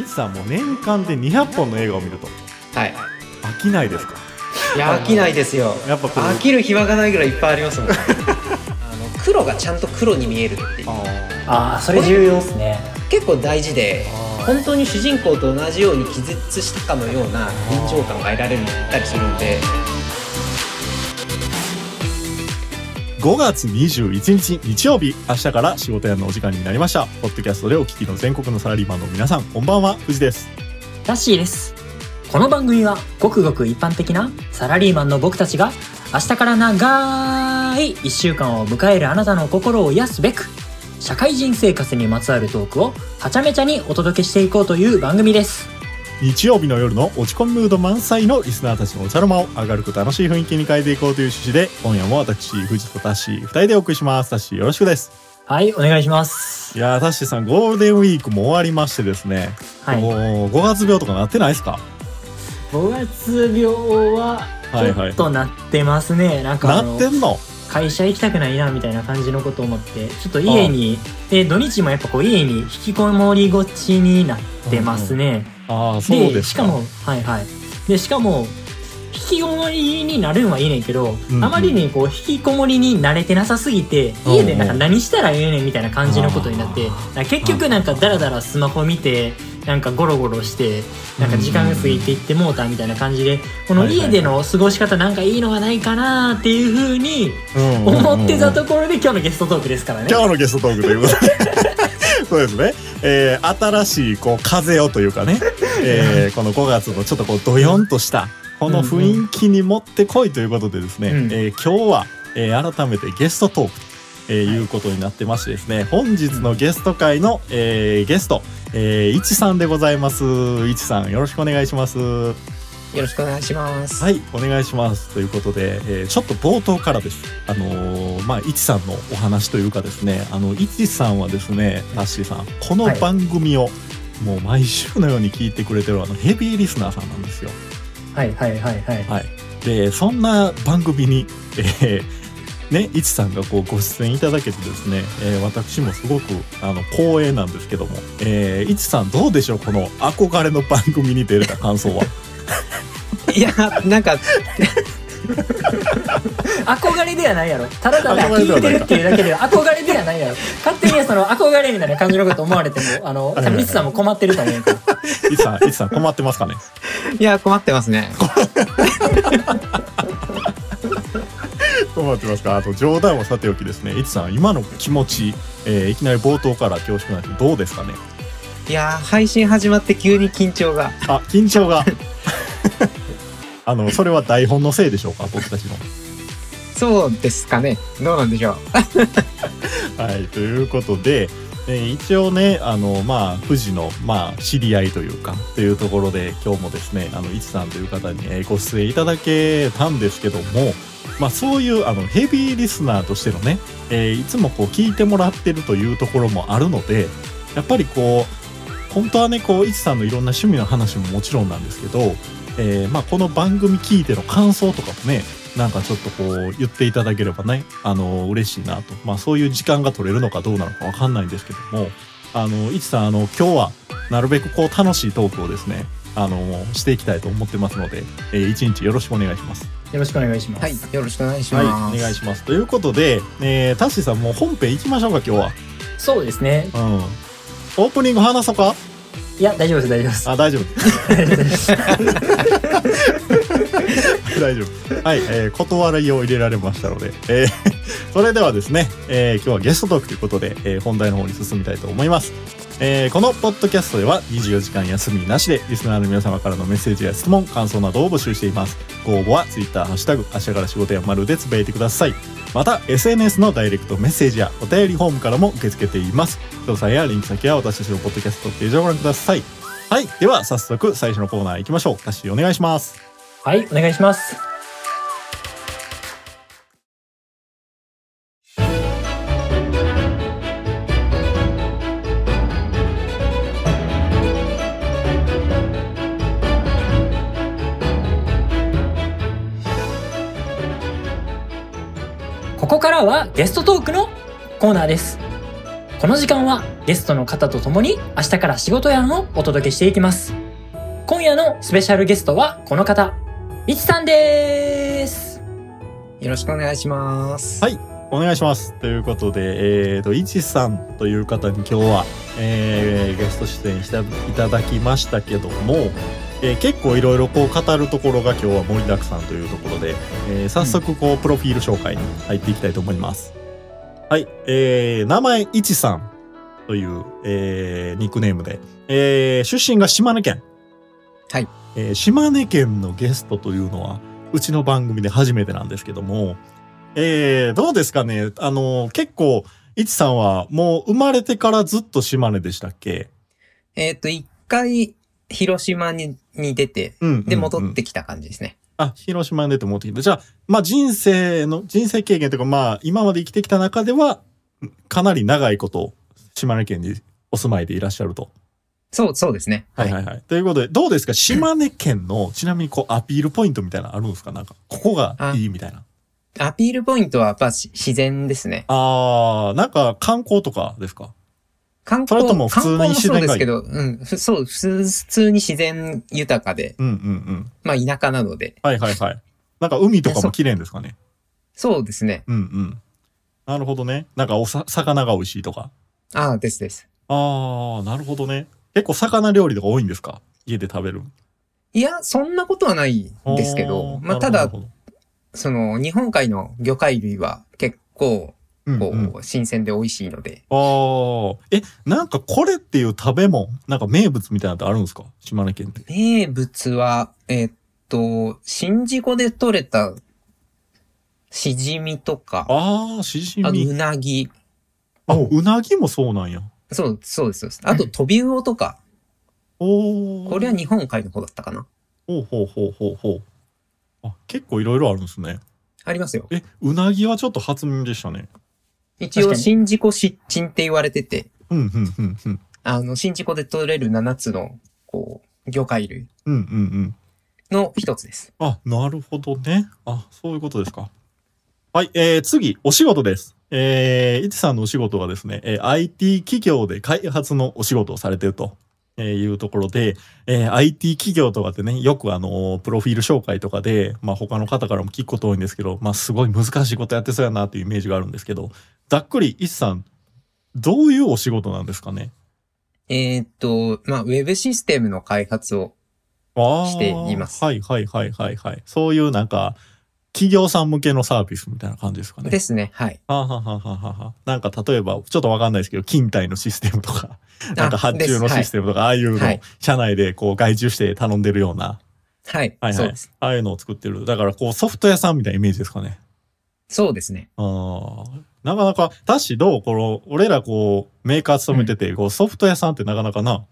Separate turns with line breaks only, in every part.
いつさんもう年間で200本の映画を見ると
はい
飽きないですか
いや飽きないですよ
やっぱこう
飽きる暇がないぐらいいっぱいありますも んあの黒がちゃんと黒に見えるっていう
ああそれ重要ですね
結構大事で
あー
本当に主人公と同じように気絶したかのような臨場感が得られるたりするんで
5月21日日曜日明日から仕事屋のお時間になりましたポッドキャストでお聞きの全国のサラリーマンの皆さんこんばんは藤です
ラッシーですこの番組はごくごく一般的なサラリーマンの僕たちが明日から長い1週間を迎えるあなたの心を癒すべく社会人生活にまつわるトークをはちゃめちゃにお届けしていこうという番組です
日曜日の夜の落ち込みムード満載のリスナーたちのお茶の間を明るく楽しい雰囲気に変えていこうという趣旨で今夜も私藤田タッシー2人でお送りしますタッシーよろしくです
はいお願いします
いやータッシーさんゴールデンウィークも終わりましてですね、
はい
もう5月病とかなってないですか
5月病は
はい
ち
は
ょ
い
っとなってますね、なんか
な
あの
ってんの
会社行きたくないなみたいな感じのことを思ってちょっと家にで土日もやっぱこう家に引きこもりごちになってますね、
ああそうです
しかもはいはいでしかも引きこもりになるんはいいねんけど、
うんうん
あまりにこう引きこもりに慣れてなさすぎて
うんうん
家でなんか何したらええねんみたいな感じのことになって
あ
なんか結局なんかダラダラスマホ見てなんかゴロゴロしてなんか時間が過ぎていってもうたみたいな感じでこの
はいはい
家での過ごし方なんかいいのがないかなっていうふうに思
思
ってたところで今日のゲストトークですからね
今。日のゲストトークということでそうですね、えー新しいこう風をというかね、えーこの5月のちょっとこうドヨンとしたこの雰囲気に持ってこいということでですね、
うんうん
えー今日は、えー改めてゲストトークと、えーいうことになってましてですね本日のゲスト会の、えーゲスト、えー、いちさんでございますいちさんよろしくお願いしますは
よろしくお願いします、
いお願いしますということで、えーちょっと冒頭からですあのーまあいちさんのお話というかですねあのいちさんはですねタッシーさんこの
はい
番組を、もう毎週のように聞いてくれてるあのヘビーリスナーさんなんですよ
はいはいはいはい。
はい、でそんな番組に、えーね、いちさんがこうご出演いただけてですね、えー私もすごくあの光栄なんですけども、えーいちさんどうでしょうこの憧れの番組に出れた感想は。
いやなんか
憧れではないやろ。ただただ聞いてるっていうだけでは憧れではないやろ。勝手にその憧れみたいな感じのこと思われても、あの、多分いつさんも困ってると思うから。
いちさんいちさん困ってますかね
いや困ってますね
困ってますかあと冗談はさておきですねいちさん今の気持ち、えーいきなり冒頭から恐縮なんですけどどうですかね
いや配信始まって急に緊張が
あ緊張があのそれは台本のせいでしょうか僕たちの。
そうですかねどうなんでしょう
はい、ということで、えー一応ねあの、まあ、富士の、まあ、知り合いというかというところで今日もですねあのいちさんという方に、えーご出演いただけたんですけども、まあ、そういうあのヘビーリスナーとしてのね、えーいつもこう聞いてもらってるというところもあるのでやっぱりこう本当はねこういちさんのいろんな趣味の話ももちろんなんですけど、えーまあ、この番組聞いての感想とかもねなんかちょっとこう言っていただければね、あの、嬉しいなと。まあそういう時間が取れるのかどうなのかわかんないんですけども、あの、いちさん、あの、今日はなるべくこう楽しいトークをですね、あの、していきたいと思ってますので、えー一日よろしくお願いします。
よろしくお願いします。
はいよろしくお願いし
はい、
ます、
お願いします。ということで、えー、タッシーさんもう本編行きましょうか、今日
そうですね。
は。うん。オープニング話そうか
いや、大丈夫です、大丈夫です。
あ、大丈夫。
大 丈夫です
大丈夫。はい、えー断りを入れられましたので、えー それではですね、えー今日はゲストトークということで、えー本題の方に進みたいと思います。えーこのポッドキャストでは24時間休みなしでリスナーの皆様からのメッセージや質問、感想などを募集しています。ご応募は Twitter、ハッシュタグ、明日から仕事や丸でつぶやいてください。また、SNS のダイレクトメッセージやお便りフォームからも受け付けています。詳細やリンク先は私たちのポッドキャストページをご覧ください。はい、では早速最初のコーナー行きましょう。タッシーお願いします。
はい、お願いします。ここからはゲストトークのコーナーです。この時間はゲストの方と共に明日から仕事やんをお届けしていきます今夜のスペシャルゲストはこの方いちさんです
よろしくお願いします。
はいお願いします。ということで、えー、と、いちさんという方に今日は、えーゲスト出演していただきましたけども、えー結構いろいろこう語るところが今日は盛りだくさんというところで、えー早速こうプロフィール紹介に入っていきたいと思います。はい、えー、名前いちさんという、えーニックネームで、えー出身が島根県。
はい。
えー島根県のゲストというのは、うちの番組で初めてなんですけども、えーどうですかねあの、結構、いちさんはもう生まれてからずっと島根でしたっけ
えっ、と、一回、広島にに出て、
うんうんうん
で、戻ってきた感じですね。
あ、広島に出て持ってきた。じゃあ、まあ人生の、人生経験というか、まあ今まで生きてきた中では、かなり長いこと、島根県にお住まいでいらっしゃると。
そう、そうですね。
はいはいはい。ということで、どうですか島根県の、ちなみにこうアピールポイントみたいなのあるんですかなんか、ここがいいみたいな。
アピールポイントは、やっぱし自然ですね。
あー、なんか観光とかですか
観
そ
光
れとも普通に
観光もそう
自然
で
がい
す
い
けど、うん、ふそう、普通、普通に自然豊かで、
うんうんうん。
まあ田舎なので、
はいはいはい。なんか海とかも綺麗ですかね
そうですね。
うんうん。なるほどね。なんかおさ、魚が美味しいとか。
ああ、ですです。
あー、なるほどね。結構魚料理とか多いんですか家で食べる。
いや、そんなことはないんですけど、
あー
まあた
なる
だ
ほ、どなる
その、日本海の魚介類は結構、
ほ
こ
どうんうん
う、新鮮で美味しいので、
ああ。え、なんかこれっていう食べ物、なんか名物みたいなのってあるんですか島根県って。
名物は、えーっと、宍道湖で採れた、しじみとか、
ああ、しじ
あと、
み。
うなぎ。
あ、
おう
うなぎもそうなんや。
そう、そうです。そうですあと、トビウオとか。
おお。
これは日本海の方だったかな。
ほうほうほうほうほう。あ、結構いろいろあるんですね。
ありますよ。
え、うなぎはちょっと初耳でしたね。
一応、
確か
宍道湖湿地って言われてて、
うんうんうんうん。
あの、宍道湖で採れる7つの、こう、魚介類
うんうんうん。
の一つです。
あ、なるほどね。あ、そういうことですか。はい、えー、次、お仕事です。えー、いちさんのお仕事がですね、えー IT 企業で開発のお仕事をされてると。えーいうところで、えー IT 企業とかってね、よくあのープロフィール紹介とかで、まあ他の方からも聞くこと多いんですけど、まあすごい難しいことやってそうやなっていうイメージがあるんですけど、ざっくり、いちさん、どういうお仕事なんですかね
えーっと、まあ、ウェブシステムの開発を、しています
あーはいはいはいはいはい。そういうなんか、企業さん向けのサービスみたいな感じですかね。
ですね。はい。
はあはあはあはあはあなんか例えば、ちょっとわかんないですけど、勤怠のシステムとか、なんか発注のシス
テ
テムとか、ああいうの
はい、
社内でこう外注して頼んでるような、
ム。はい。
はは
はいい、
い
そうです。
ああいうのを作ってる。だからこうソフト屋さんみたいなイメージですかね。
そうですね。
あーなかなか、だしどうこの、俺らこう、メーカー勤めてて、こうソフト屋さんってなかなかな、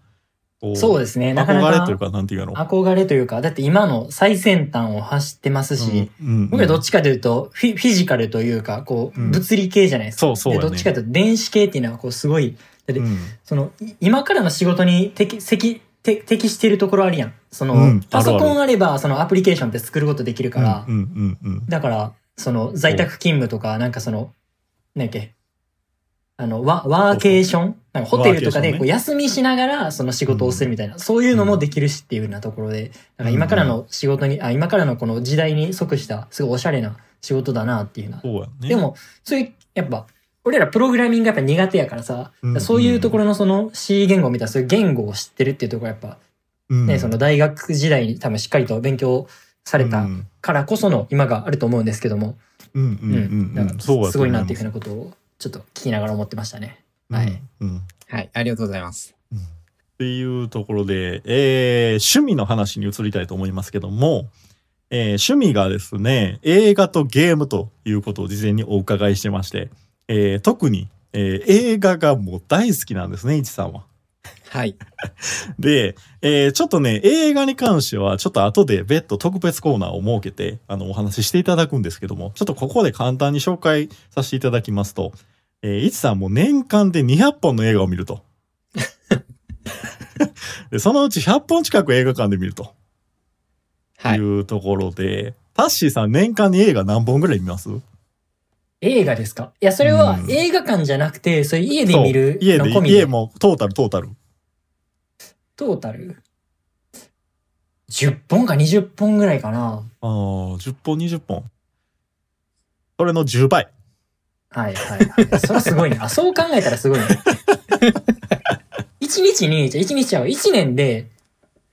こ
そうですねなかなか
憧れというか、なんていうの。
憧れというかだって今の最先端を走ってますし、
うんうんうん
僕はどっちかというとフィフィジカルというかこう
うん
物理系じゃないですか、
そうそうや
で
ね
どっちかというと電子系っていうのはこうすごいだって
うん
そのい今からの仕事に適適適適してるところあるやんその、
うん
パソ
あるあ
コ
る
ンあればそのアプリケーションって作ることできるから、
うんうんうんうん。
だからその在宅勤務とかなんかそのなんやっけあのワワーケーションなんかホテルと
ワーケーショ
かで
ンね
こう休みしながらその仕事をするみたいな、そういうのもできるしっていうようなところでなんか今からの仕事にあ今からのこの時代に即したすごいおしゃれな仕事だなっていうのは
そうやね。
でも、そういう、やっぱ、俺らプログラミングがやっぱ苦手やからさ、
うん
そういうところのその C 言語みたいな、そういう言語を知ってるっていうところはやっぱ、
うん、
ね、その大学時代に多分しっかりと勉強され
う
た
ん
からこその今があると思うんですけども、
うんうんう
だ
ん
か
うん。
ら
そうやと
すごいな
思
っていうふうなことをちょっと聞きながら思ってましたね。
ます
はい。
うんうん
はい。ありがとうございます。
うんっていうところで、えー趣味の話に移りたいと思いますけども、えー趣味がですね、映画とゲームということを事前にお伺いしてまして、えー特に、えー映画がもう大好きなんですね、いちさんは。
はい。
で、えーちょっとね、映画に関しては、ちょっと後で別途特別コーナーを設けて、あの、お話ししていただくんですけども、ちょっとここで簡単に紹介させていただきますと、えーいちさんも年間で200本の映画を見る と。でそのうち100本近く映画館で見ると
はい
い。うところで、タッシーさん年間に映画何本ぐらい見ます
映画ですかいや、それは
うん
映画館じゃなくて、それ家で
そう
見る
家で
の込み
家もトータルトータル
トータル。10本か20本ぐらいかな。
あー10本20本それの10倍
はいはいはい。それはすごいね。あ、そう考えたらすごいね。一日に、じゃあ一日は一年で、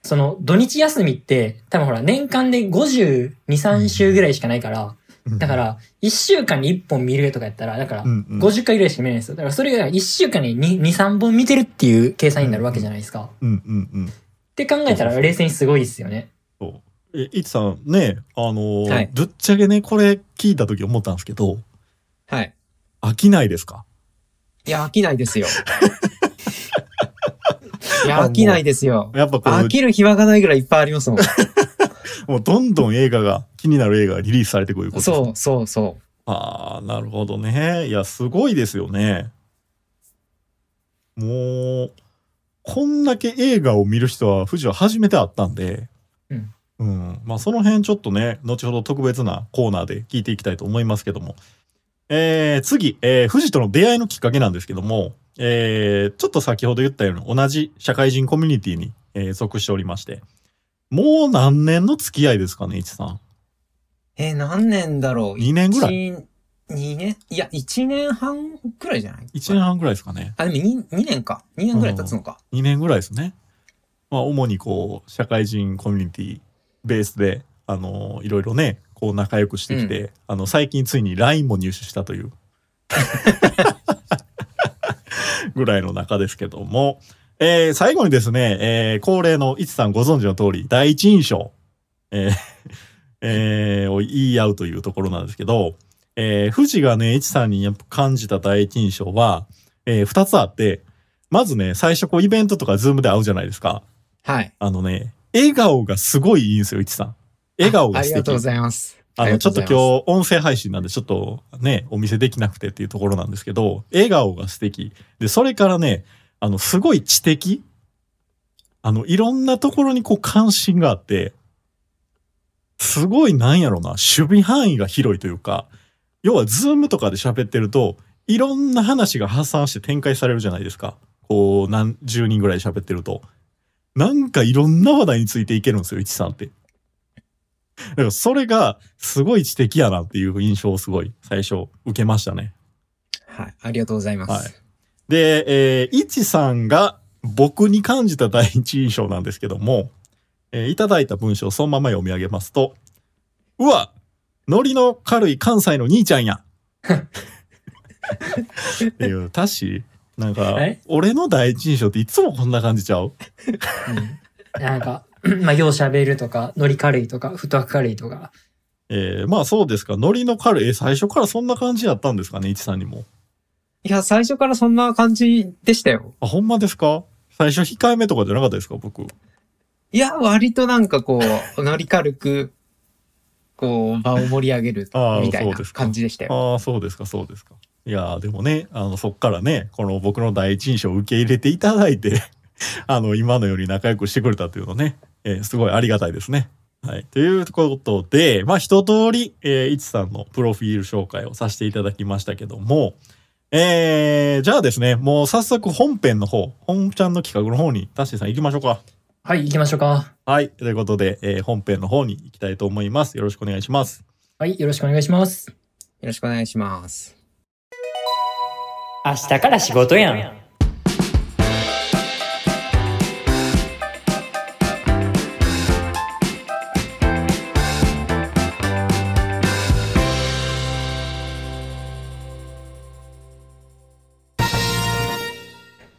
その土日休みって、多分ほら年間で52、3週ぐらいしかないから、だか、ら1週間に1本見るとかやったら、だから
うんうん
50回ぐらいしか見れないんですよ。だからそれが1週間に2、2 3本見てるっていう計算になるわけじゃないですか。っ
うんうんうん
て考えたら冷静にすごいですよね。
えいつさんねあのー
はい
ぶっちゃけねこれ聞いた時思ったんですけど
はい。
飽きないですか
いや、飽きない ですよ。いや、飽きないですよ。
やっぱこ
飽
う
きる暇がないぐらいいっぱいありますもん。
もうどんどん映画が気になる映画がリリースされてくることですね
そうそうそ
ああ、なるほどね。いや、すごいですよね。もう、こんだけ映画を見る人は、富士は初めて会ったんで、
うん。
うん。まあ、その辺ちょっとね、後ほど特別なコーナーで聞いていきたいと思いますけども。えー、次、えー、富士との出会いのきっかけなんですけども、えー、ちょっと先ほど言ったように、同じ社会人コミュニティに、えー属しておりまして、もう何年の付き合いですかね、いちさん。
う。えー何年だろう
2年ぐらい
い ?2 年いや、1年半くらいじゃない
?1 年半ぐらいですかね。
あ、でも 2, 2年か。2年ぐらい経つのか。
2年ぐらいですね。まあ、主にこう、社会人コミュニティベースで、あのいろいろね、こう仲良くしてきて、あの、最近ついに LINE も入手したという、ぐらいの中ですけども、えー最後にですね、えー恒例のいつさんご存知の通り、第一印象、えーえーを言い合うというところなんですけど、えー、富士がね、いちさんにやっぱ感じた第一印象は、えー二つあって、まずね、最初こうイベントとかズームで会うじゃないですか。
はい。
あのね、笑顔がすごいいいんですよ、いちさん。笑顔
あ
が
り
素
がとうご
敵。
ざいます。
あ
あり
の、
が
ちょ
と
っ
う
と
ござい
今
ます
日音声配信なんでちょっとね、お見せできなくてっていうところなんですけど、笑顔が素敵。で、それからね、あの、すごい知的。あの、いろんなところにこう関心があって、すごいなんやろな、守備範囲が広いというか、要はズームとかで喋ってると、いろんな話が発散して展開されるじゃないですか。こう、何十人ぐらい喋ってると。なんかいろんな話題についていけるんですよ、いちさんって。だからそれがすごい知的やなっていう印象をすごい最初受けましたね。
はい。ありがとうございます。
はいで、えー、いちさんが僕に感じた第一印象なんですけども、えーいただいた文章をそのまま読み上げますと、うわノリの軽い関西の兄ちゃんやっていう、たし、なんか
え、
俺の第一印象っていつもこんな感じちゃう
うんなんか、 まあ、よう喋るとか、ノリ軽いとか、フットワーク軽いとか。
えーまあそうですか、ノリの軽い、えー最初からそんな感じやったんですかね、いちさんにも。
いや、最初からそんな感じでしたよ。
あ、ほんまですか最初控えめとかじゃなかったですか僕。
いや、割となんかこ う、乗り軽く、こう、場を盛り上げる
あー
みたい
そう
な
ですか
感じでしたよ。
ああ、そうですか、そうですか。いやーでもね、あの、そっからね、この僕の第一印象を受け入れていただいて、 あの、今のより仲良くしてくれたというのね、えーすごいありがたいですね。はい。ということで、まあ、一通り、えー、いちさんのプロフィール紹介をさせていただきましたけども、えー、じゃあですね、もう早速本編の方、本ちゃんの企画の方に、タッシーさん行きましょうか。
はい、行きましょうか。
はい。ということで、えー本編の方に行きたいと思います。よろしくお願いします。
はい、よろしくお願いします。
よろしくお願いします。
明日から仕事やん。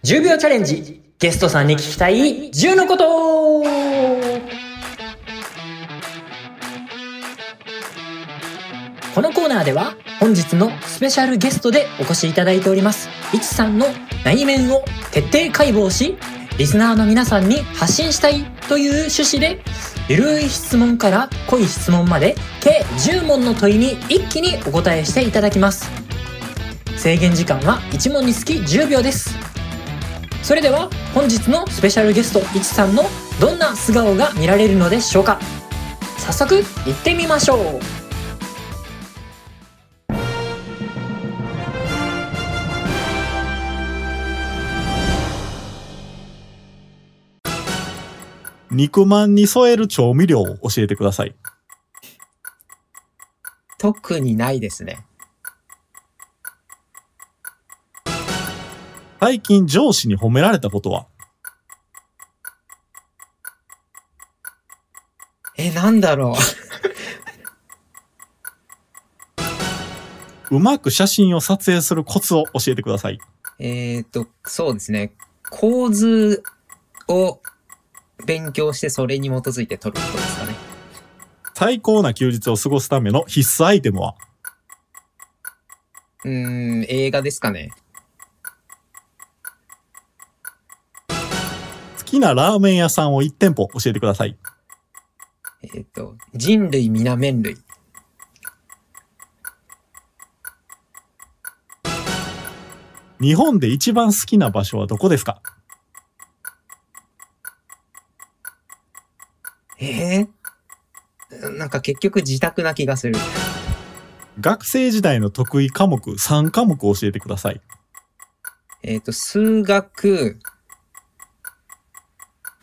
10秒チャレンジゲストさんに聞きたい10のことこのコーナーでは本日のスペシャルゲストでお越しいただいておりますいちさんの内面を徹底解剖しリスナーの皆さんに発信したいという趣旨でゆるい質問から濃い質問まで計10問の問いに一気にお答えしていただきます制限時間は1問につき10秒ですそれでは本日のスペシャルゲストいちさんのどんな素顔が見られるのでしょうか早速行ってみましょう
肉まんに添える調味料を教えてください。
特にないですね。
最近上司に褒められたことは
え、なんだろう。
うまく写真を撮影するコツを教えてください。
えっと、そうですね。構図を勉強して、それに基づいて撮ることですかね。
最高な休日を過ごすための必須アイテムは
うーん、映画ですかね。
好きなラーメン屋さんを1店舗教えてください。
えっ、と、人類皆麺類。
日本で一番好きな場所はどこですか
えー、なんか結局自宅な気がする。
学生時代の得意科目3科目を教えてください。
えっ、と、数学、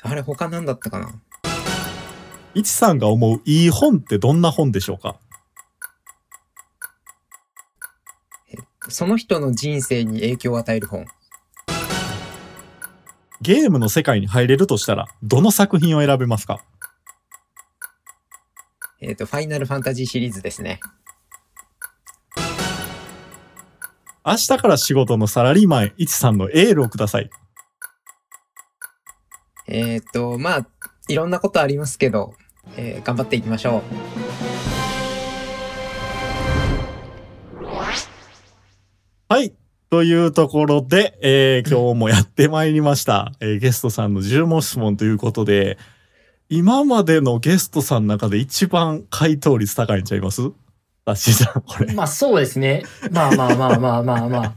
あれ他何だったかない
ちさんが思ういい本ってどんな本でしょうか
その人の人生に影響を与える本。
ゲームの世界に入れるとしたらどの作品を選べますか
えっ、と、ファイナルファンタジーシリーズですね。
明日から仕事のサラリーマンへいちさんのエールをください。
えっ、と、まあ、いろんなことありますけど、えー頑張っていきましょう。
はい。というところで、えー今日もやってまいりました。えーゲストさんの10問質問ということで、今までのゲストさんの中で一番回答率高いんちゃいますラッシーさん、こ れ。
まあそうですね。まあまあまあまあまあま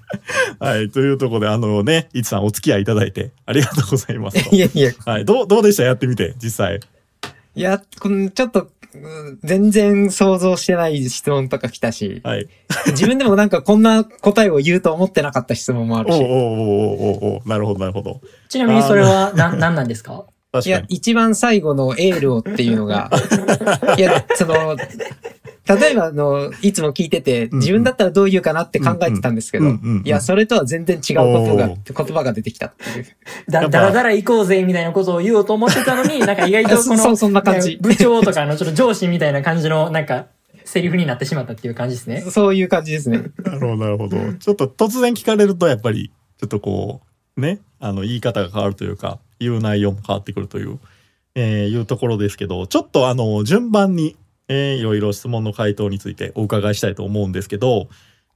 あ。
はい。というところで、あのね、いちさんお付き合いいただいてありがとうございますと
いやいや、
はい。どう、どうでしたやってみて、実際。
いや、このちょっと、うん全然想像してない質問とか来た し、
はい。
自分でもなんかこんな答えを言うと思ってなかった質問もある
おうおう
し。
おうおうおうおうなるほど、なるほど。
ちなみにそれは何、何なんですか
確か
いや
に、。
一番最後のエールをっていうの が、いや、その、例えばあの、いつも聞いてて、
ん
自分だったらどう言うかなって考えてたんですけ
う
ど
んうんうんう、ん
いや、それとは全然違うことが、
お
言葉が出てきたっていう。
や
だ、
っぱ
だらだら行こうぜみたいなことを言おうと思ってたの に、なんか意外とこの、
そうそんな感じ
ね部長とかのちょっと上司みたいな感じの、なんか、セリフになってしまったっていう感じですね。
そういう感じですね。
なるほど、なるほど。ちょっと突然聞かれると、やっぱり、ちょっとこう、ね、あの、言い方が変わるというか、言う内容も変わってくるという、えーいうところですけど、ちょっとあの、順番に、えーいろいろ質問の回答についてお伺いしたいと思うんですけど、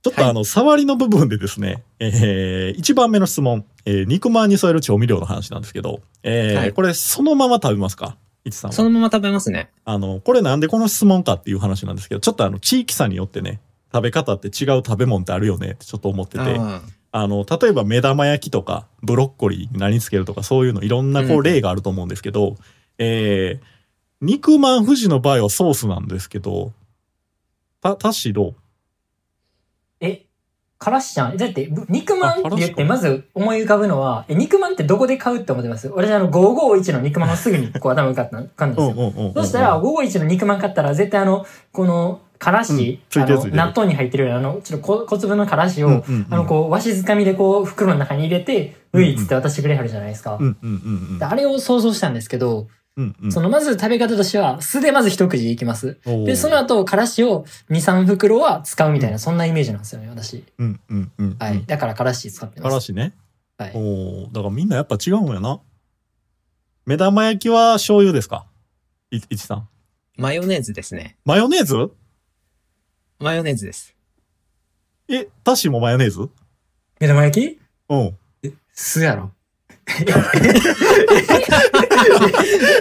ちょっとあの、触りの部分でですね、え1番目の質問、えー肉まんに添える調味料の話なんですけど、えー
はい
これ、そのまま食べますかいちさんは
そのまま食べますね。
あの、これなんでこの質問かっていう話なんですけど、ちょっとあの、地域差によってね、食べ方って違う食べ物ってあるよねってちょっと思ってて、あ
あ
の、例えば目玉焼きとか、ブロッコリーに何つけるとか、そういうのいろんなこ
う
う例があると思うんですけど、えー、肉まん富士の場合はソースなんですけど、た、たしどう
え、からしちゃん、だって、ぶ肉まんって言っ
あから
て、
し
まず思い浮かぶのは、え肉まんってどこで買うって思ってます私、あの、551の肉まんをすぐに、こう、頭浮かんだ浮かんだんです
う
よ。
んうんうんうん。
そしたら、551の肉まん買ったら、絶対あの、この、からし、
うんつい
あ
てる
の
ついてる
納豆に入ってるような、あの、ちょっと小小粒のからしを、
うんうんうん
あの、こう、わしづかみでこう、袋の中に入れて、
う
うんいっつって渡してくれはるじゃないですか。
うんうんうん
であれを想像したんですけど、
うん。うんうん
その、まず食べ方としては、酢でまず一口いきます。
おー
で、その後、からしを2、3袋は使うみたいな、そんなイメージなんですよね、私。
うんうんうんうん。
はい。だから、からし使ってま
から
す。
しね。
はい
おお、だからみんなやっぱ違うんやな。目玉焼きは醤油ですかいいちさん。
ーマヨネーズですね。
マヨネーズ
マヨネーズです。
え、タッシーもマヨネーズ
目玉焼き
うん。
酢や ろ。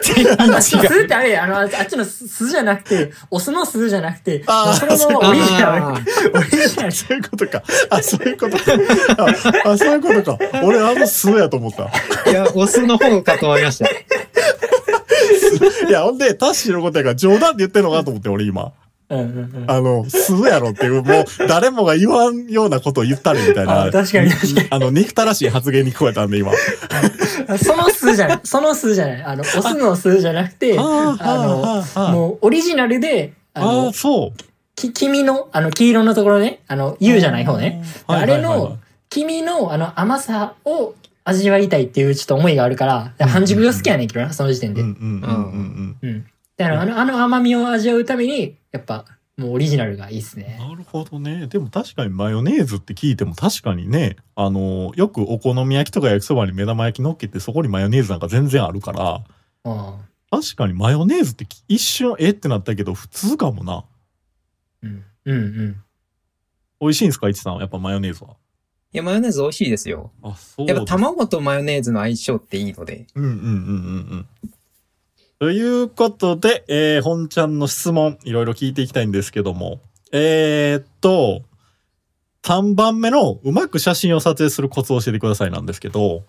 全然
あの酢っ
違う。
てあれ、あの、あっちの酢じゃなくて、お酢の酢じゃなくて、
あー
そのままオリジナ
あ
ル、オリジナ ル。
そういうことか。あ、そういうことか。あ、あそういうことか。俺、あの酢やと思った。
ーいや、お酢の方かと思いました。
いや、ほんで、タッシーのことやから冗談で言ってんのかなと思って、俺今。
うんうんうん
あの、するやろっていう、もう誰もが言わんようなことを言ったりみたいな。
あ確かに確かに
あの、憎たらしい発言に聞こえたん で、今。
あその数じゃない。その数じゃない。あの、押すの数じゃなくて、あの、もうオリジナルで、あ
ああ
の
ー、、そう。
き君の、あの、黄色のところね、あの、U じゃない方ね。
はいは
あ
いは
れ
いはい。
の、君の、あの、甘さを味わいたいっていうちょっと思いがあるから、半熟が好きやねんけどな、その時点で。
う
うんん。
うんうんうん
だから、あの、あの甘みを味わうために、やっぱ、もうオリジナルがいいっす
うん。
ね。
なるほどね。でも確かにマヨネーズって聞いても確かにね、あの、よくお好み焼きとか焼きそばに目玉焼き乗っけてそこにマヨネーズなんか全然あるから、
うん。
確かにマヨネーズってき一瞬えってなったけど普通かもな。
うん。うんうん。
美味しいんですか、いちさんは。やっぱマヨネーズは。
いや、マヨネーズ美味しいですよ。
あ、そう
やっぱ卵とマヨネーズの相性っていいので。
うんうんうんうんうん。ということで、えー本ちゃんの質問、いろいろ聞いていきたいんですけども。えーっと、3番目のうまく写真を撮影するコツを教えてくださいなんですけど、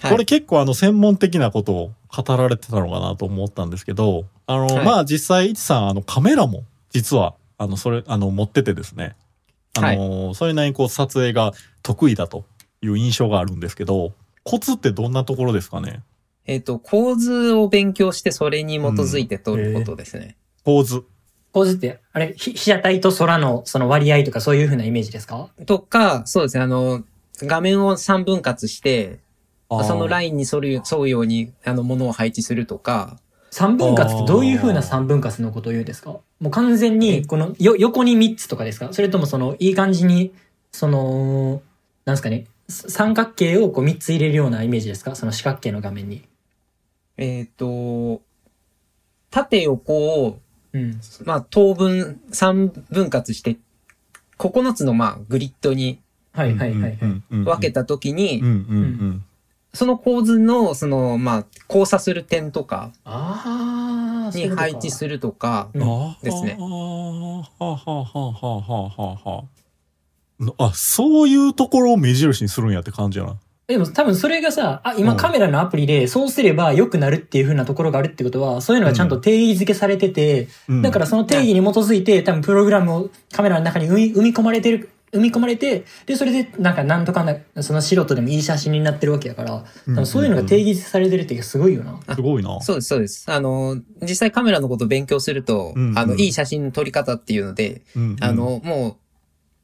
はい、
これ結構あの専門的なことを語られてたのかなと思ったんですけど、あの、
はい
まあ実際、いちさん、あのカメラも実は、あの、それ、あの、持っててですね、あの、それなりにこう撮影が得意だという印象があるんですけど、コツってどんなところですかね
えっ、と、構図を勉強して、それに基づいて撮ることですね。
構図。
構図って、あれ、ひ被写体と空のその割合とかそういう風なイメージですか
とか、そうですね、あの、画面を3分割して、そのラ
イン
インに沿る沿うように、あの、ものを配置するとか、
三分割ってどういう風な三分割のことを言うんですかもう完全に、このよ、横に3つとかですかそれともその、いい感じに、その、なんですかね、さ三角形をこう3つ入れるようなイメージですかその四角形の画面に。
えっ、と、縦横を、
うん。
まあ、等分、3分割して、9つの、まあ、グリッドに
はいはいはいはい。
分け
た
たときに、
うんうんうん
その構図の、その、まあ、交差する点とか
ああ、
に配置
る。
するとか、
うん
あー
ですね
はあはあはあはあはあはあなあそういうところを目印にするんやって感じやな
でも多分それがさ、あ、
う
今
ん
カメラのアプリでそうすれば良くなるっていう風なところがあるってことは、そういうのがちゃんと定義づけされてて、
うん
だからその定義に基づいて、多分プログラムをカメラの中に生み生み込まれてる、生み込まれて、で、それでなんかなんとかな、その素人でもいい写真になってるわけだから、多分そういうのが定義されてるってすごいよな。
すごいな
そうです、そうです。あの、実際カメラのことを勉強すると、
うんうん
あの、いい写真の撮り方っていうので、
うんうん
あの、もう、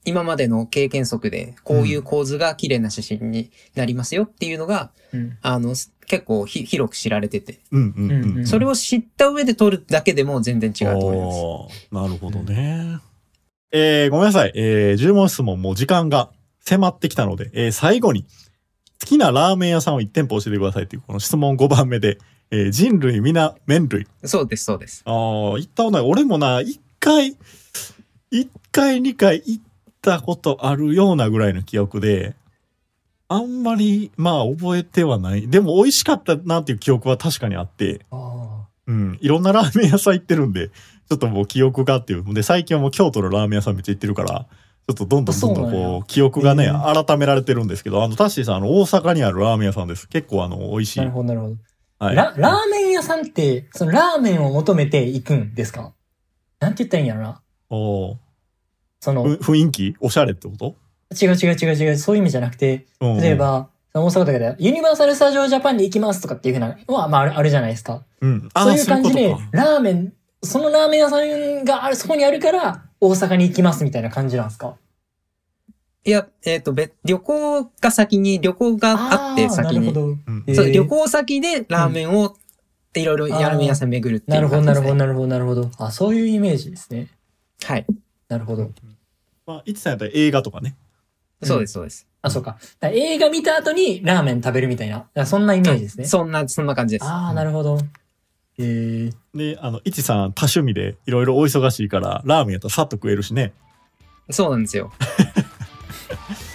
今までの経験則で、こういう構図が綺麗な写真になりますよっていうのが、
うん。
あの、す結構ひ広く知られてて、
うんうんうんうん
うん
それを知った上で撮るだけでも全然違うと思い
あー
ます。
なるほどね。えーごめんなさい。えー、10問質問もう時間が迫ってきたので、えー最後に、好きなラーメン屋さんを1店舗教えてくださいっていう、この質問5番目で、えー人類皆麺類。
そうです、そうです。
ああ、行ったことない。俺もな、1回、1回、2回行ったことあるようなぐらいの記憶で、あんまり、まあ、覚えてはない。でも、美味しかったなっていう記憶は確かにあって、
あ
うん、いろんなラーメン屋さん行ってるんで、ちょっともう記憶がっていう。で、最近はもう京都のラーメン屋さんめっちゃ行ってるから、ちょっとどんどんどんどん
あそうなん
こう、記憶がね、
へ
改められてるんですけど、あの、タッシーさん、あの、大阪にあるラーメン屋さんです。結構あの、美味し
あ、ないる。ほど、なるほど。
はい。
ラ、ラーメン屋さんって、そのラーメンを求めて行くんですかなんて言ったらいいんやろな。
おー
その、
ふ雰囲気おしゃれってこと
違う違う違う違う、そういう意味じゃなくて、
うん
例え、ば、その大阪とかで、ユニバーサル・スタジオ・ジャパンに行きますとかっていうふうな、まあ、まあある、あるじゃないですか。
うん。あー
そういう感じで
そういうこと、か
ラーメン、そのラーメン屋さんがある、そこにあるから、大阪に行きますみたいな感じなんですか
いや、えっ、と、べ旅行が先に、旅行があって
ーな
先
るほ
に、
ど。
うん
えー
そう旅行先でラーメンを、いろいろラーメン屋さん巡るってい
な
う
るほ
感
ど、
じ
な
で
る
す、
ほ
ね。
ど、なるほど、なるほど。あ、そういうイメージですね。
はい。
なるほど。
まあ、いつさんやったら映画とかね。
そうです、そうです。
あ、そうか。だから映画見た後にラーメン食べるみたいな。だからそんなイメージですね。
そんな、そんな感じです。
ああ、なるほど。えー、
で、あの、いちさん、多趣味で、いろいろお忙しいから、ラーメンやったらさっと食えるしね。
そうなんですよ。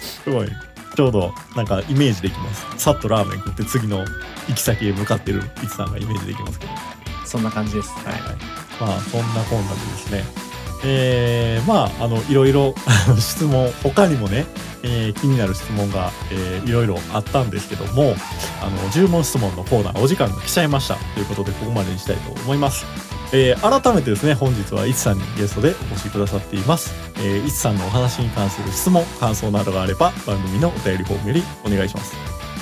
すごい。ちょうど、なんか、イメージできます。さっとラーメン食って、次の行き先へ向かってる、いちさんがイメージできますけど。
そんな感じです。
は
はいい。
はい、まあそんなこんなでですねえー、まああのいろい ろ質問他にもね、えー気になる質問が、えーいろいろあったんですけどもあの10問質問のコーナーお時間が来ちゃいましたということでここまでにしたいと思います、ええー改めてですね本日はいつさんにゲストでお越しくださっています、えー、いつさんのお話に関する質問感想などがあれば番組のお便りフォームよりお願いします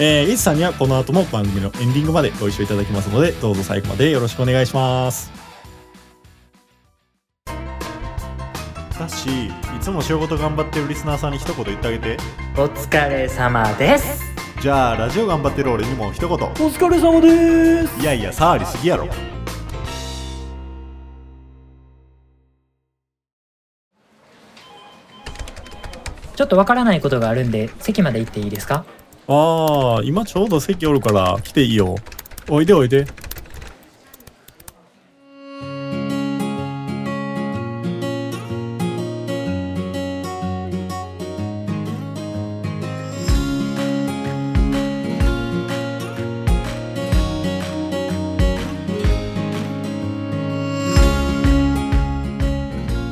えー、いつさんにはこの後も番組のエンディングまでご一緒いただきますのでどうぞ最後までよろしくお願いしますだしいつも仕事頑張ってるリスナーさんに一言言ってあげて
お疲れ様です
じゃあラジオ頑張ってる俺にも一言
お疲れ様です
いやいや触りすぎやろ
ちょっとわからないことがあるんで席まで行っていいですか
ああ今ちょうど席おるから来ていいよおいでおいで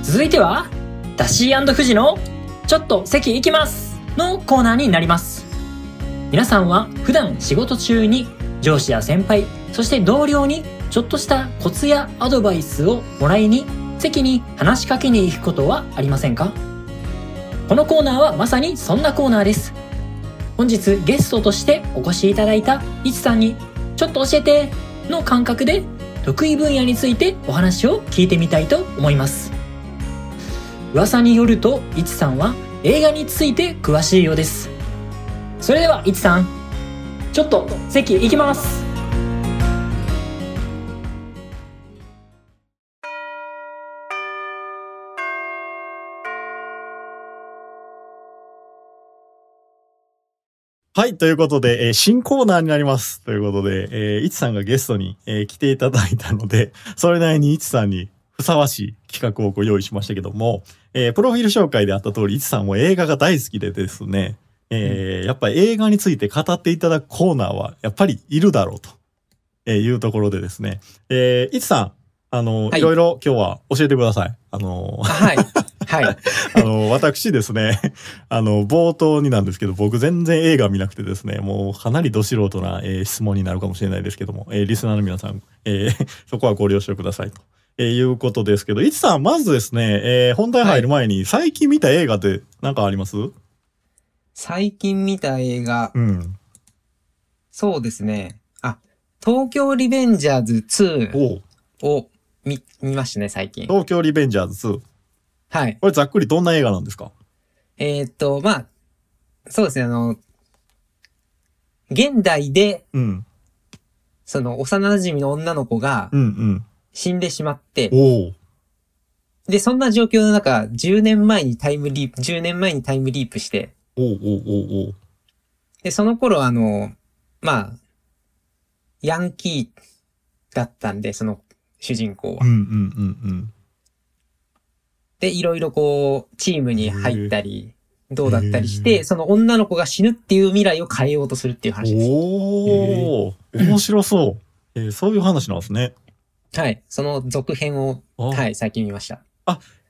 続いてはダシー富士のちょっと席行きますのコーナーになります皆さんは普段仕事中に上司や先輩そして同僚にちょっとしたコツやアドバイスをもらいに席に話しかけに行くことはありませんかこのコーナーはまさにそんなコーナーです本日ゲストとしてお越しいただいたいちさんにちょっと教えての感覚で得意分野についてお話を聞いてみたいと思います噂によるといちさんは映画について詳しいようですそれではいちさんちょっと席行きます
はい。ということで、えー新コーナーになります。ということで、えー、いちさんがゲストに、えー来ていただいたので、 それなりにいちさんにふさわしい企画をご用意しましたけども、えープロフィール紹介であった通り、いちさんも映画が大好きでですね、えーやっぱり映画について語っていただくコーナーは、やっぱりいるだろうと、えーいうところでですね、えー、いちさん、あの、
はい
いろいろ今日は教えてください。あの
あはい。 はい。
あの、私ですね、 あの、冒頭になんですけど、僕全然映画見なくてですね、もうかなりど素人な、えー質問になるかもしれないですけども、えーリスナーの皆さん、えー そこはご了承くださいと。えーいうことですけど、いちさん、まずですね、えー本題入る前に、最近見た映画って何かありますう
最近見た映画、
ん。
そうですね。あ、東京リベンジャーズ2
おう
を見、見ましたね、最近。
東京リベンジャーズ2。
はい。
これざっくりどんな映画なんですか
えーっと、まあ、そうですね、あの、現代で、
うん。
その幼馴染の女の子が
うん
死んでしまって
うん。、おう
で、そんな状況の中、10年前にタイムリープ、10年前にタイムリープして、
おうおうおうおう
で、その頃、あの、まあ、ヤンキーだったんで、その主人公
う
は。
んうんうんうん。
で、いろいろこう、チームに入ったり、どうだったりし
へー
て、その女の子が死ぬっていう未来を変えようとするっていう話です。
おお、面白そう。えーそういう話なんですね。
はい。その続編を、
あ
はい、最近見ました。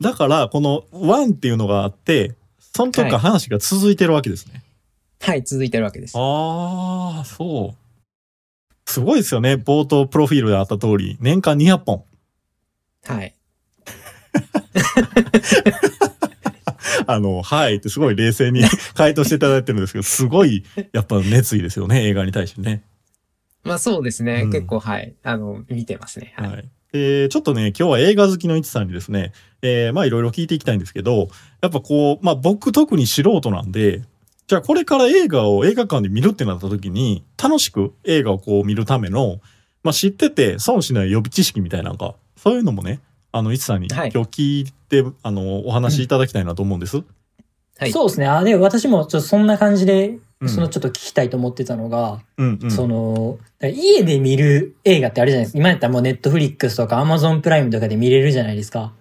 だから、この1っていうのがあって、その時から話が続いてるわけですね。
はい、続いてるわけです。
ああ、そう。すごいですよね。冒頭プロフィールであった通り、年間200本。
はい。
あの、はいってすごい冷静に 回答していただいてるんですけど、すごい、やっぱ熱意ですよね。映画に対してね。
まあそうですね。
うん
結構、はい。あの、見てますね。はい。
はい。えーちょっとね、今日は映画好きのいちさんにですね、えーまあいろいろ聞いていきたいんですけど、やっぱこう、まあ僕特に素人なんで、じゃあこれから映画を映画館で見るってなった時に、楽しく映画をこう見るための、まあ知ってて損しない予備知識みたいなんか、そういうのもね、あの、いちさんに今
はい
日聞いて、あの、お話しいただきたいなと思うんです。
はい
そうですねあで私もちょっとそんな感じで、
うん
そのちょっと聞きたいと思ってたのが、
うんうん。
そのだから家で見る映画ってあるじゃないですか今やったらもうネットフリックスとかアマゾンプライムとかで見れるじゃないですか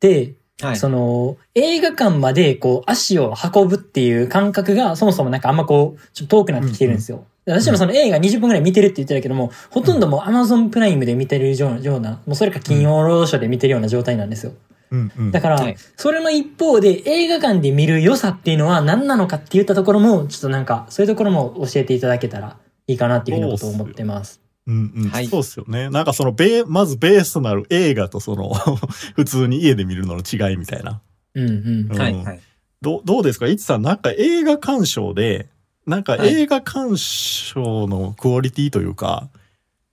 で
はい。
その映画館までこう足を運ぶっていう感覚がそもそもなんかあんまこうちょっと遠くなってきてるんですよ。私もその映画20分くらい見てるって言ってたけども、ほとんどもう Amazon プライムで見てるような、ようなもうそれか金曜ロードショーで見てるような状態なんですよ。
うんうん
だから
はい、
それの一方で映画館で見る良さっていうのは何なのかって言ったところも、ちょっとなんかそういうところも教えていただけたらいいかなっていうふうなことを思ってます。
うんうん
はい
そうっすよね。なんかそのベー、まずベースとなる映画とその 普通に家で見るのの違いみたいな。
うん
うん
はいはい。
どうどうですかいちさん、なんか映画鑑賞で、なんか
はい
映画鑑賞のクオリティというか、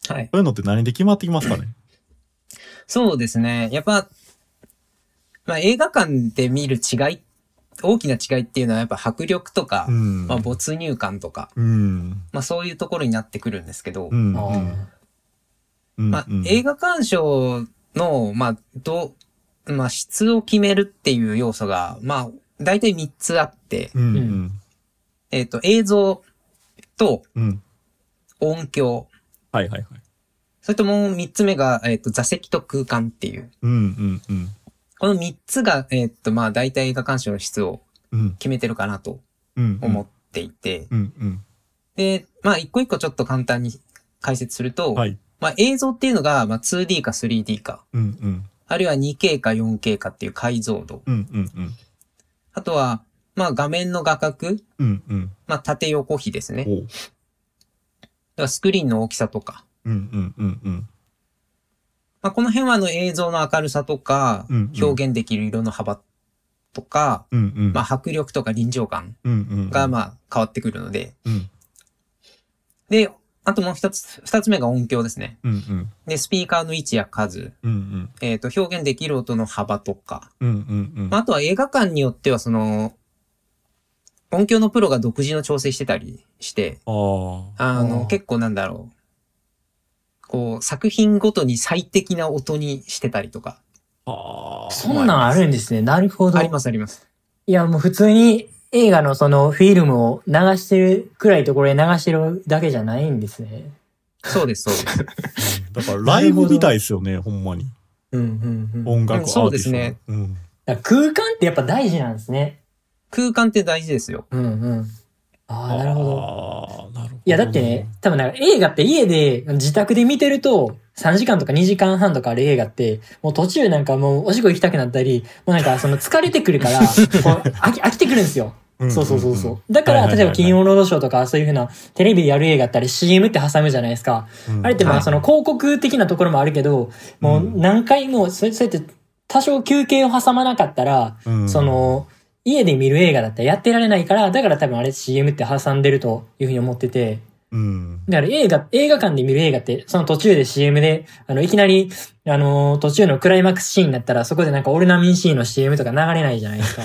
はい。
そういうのって何で決まってきますかね
そうですね。やっぱ、まあ映画館で見る違い、大きな違いっていうのはやっぱ迫力とか、
うん。
まあ没入感とか、
うん。
まあそういうところになってくるんですけど、
うん。
うん。あー
うん
まあ
うん
映画鑑賞の、まあ、どう、まあ質を決めるっていう要素が、まあ大体3つあって、
うん。
えっ、と映像と
うん。うん。
音響、
はいはいはい。
それともう3つ目が、えっ、と座席と空間っていう。
うんうんうん。
この3つが、えっ、とまあ大体映画鑑賞の質を
うん。
決めてるかなと
うん。
思っていて、
うんうん。
で、まあ一個一個ちょっと簡単に解説すると、
はい。
まあ映像っていうのが、まあ 2D か 3D か、
うんうん。
あるいは 2K か 4K かっていう解像度。
うんうんうん。
あとは、まあ画面の画角、
うんうん。
まあ縦横比ですね。だか
おう
らスクリーンの大きさとか。
うんうんうんうん。
まあこの辺はあの映像の明るさとか
うん、うん
表現できる色の幅とか、
うんうん。
まあ迫力とか臨場感
うんうん。
がまあ変わってくるので。
うん
で、あともう一つ、二つ目が音響ですね。
うんうん。
で、スピーカーの位置や数、
うんうん。
えっ、と、表現できる音の幅とか、
うんうんうん。
まあ、あとは映画館によっては、その、音響のプロが独自の調整してたりして、
あー
あ
あー
の、結構なんだろう。こう、作品ごとに最適な音にしてたりとか。
あー。
そんなんあるんですね。なるほど。
ありますあります。
いや、もう普通に映画のそのフィルムを流してるくらいところで流してるだけじゃないんですね。
そうです、そう です。
だからライブみたいですよね、ほんまに。
うんうん
音楽アーティストの。
うんそうですね
うん。
空間ってやっぱ大事なんですね。
空間って大事ですよ。
うんうん。ああ、なるほど。
ど。なるほど。
いや、だってね、多分なんか映画って家で、自宅で見てると、3時間とか2時間半とかある映画って、もう途中なんかもうおしっこ行きたくなったり、もうなんかその疲れてくる から、こう飽き飽きてくるんですよ。
んんん、
そうそうそうそう。だから、例えば金曜ロードショーとか、そういうふうなテレビでやる映画ってあれ CM って挟むじゃないですか。あれってま
は
あ
い
その広告的なところもあるけど、もう何回も、それそうやって多少休憩を挟まなかったら、
の
そ、の、家で見る映画だったらやってられないから、だから多分あれ CM って挟んでるというふうに思ってて、
うん。
だから映画、映画館で見る映画って、その途中で CM で、あの、いきなり、あの、途中のクライマックスシーンだったら、そこでなんかオルナミン C の CM とか流れないじゃないで すか。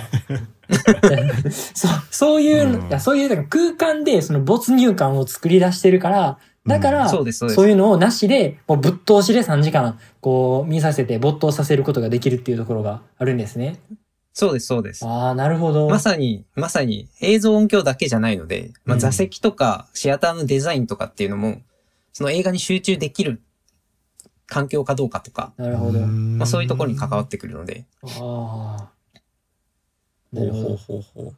そう、そういうの、
うん
いやそういうなんか空間でその没入感を作り出してるから、だから、
そうです、そうです。
そういうのをなしで、もうぶっ通しで3時間、こう、見させて没頭させることができるっていうところがあるんですね。
そうです、そうです。
ああ、なるほど。
まさに、まさに映像音響だけじゃないので、ま
う
あ、
ん
座席とかシアターのデザインとかっていうのも、その映画に集中できる環境かどうかとか、
なるほど。あ
まあ、そういうところに関わっててくるので。
あー。な
ほう
るほ
ほう
ど。
ほうほう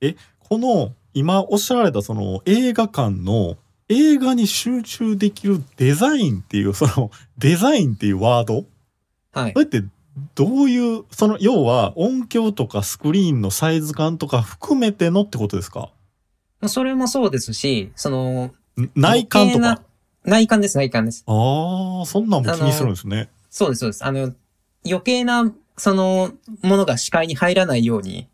え、この、今おっしゃられたその映画館の映画に集中できるデザインっていう、そのデザインっていうワード
はい
そ。れってどういう、その要は音響とかスクリーンのサイズ感とか含めてのってことですか
まあそれもそうですし、その、
ん内観とか
余計。な。内観です、内観です。
ああ、そんなんも気にするんですね。
そうです、そうです。あの、余計な、その、ものが視界に入らないように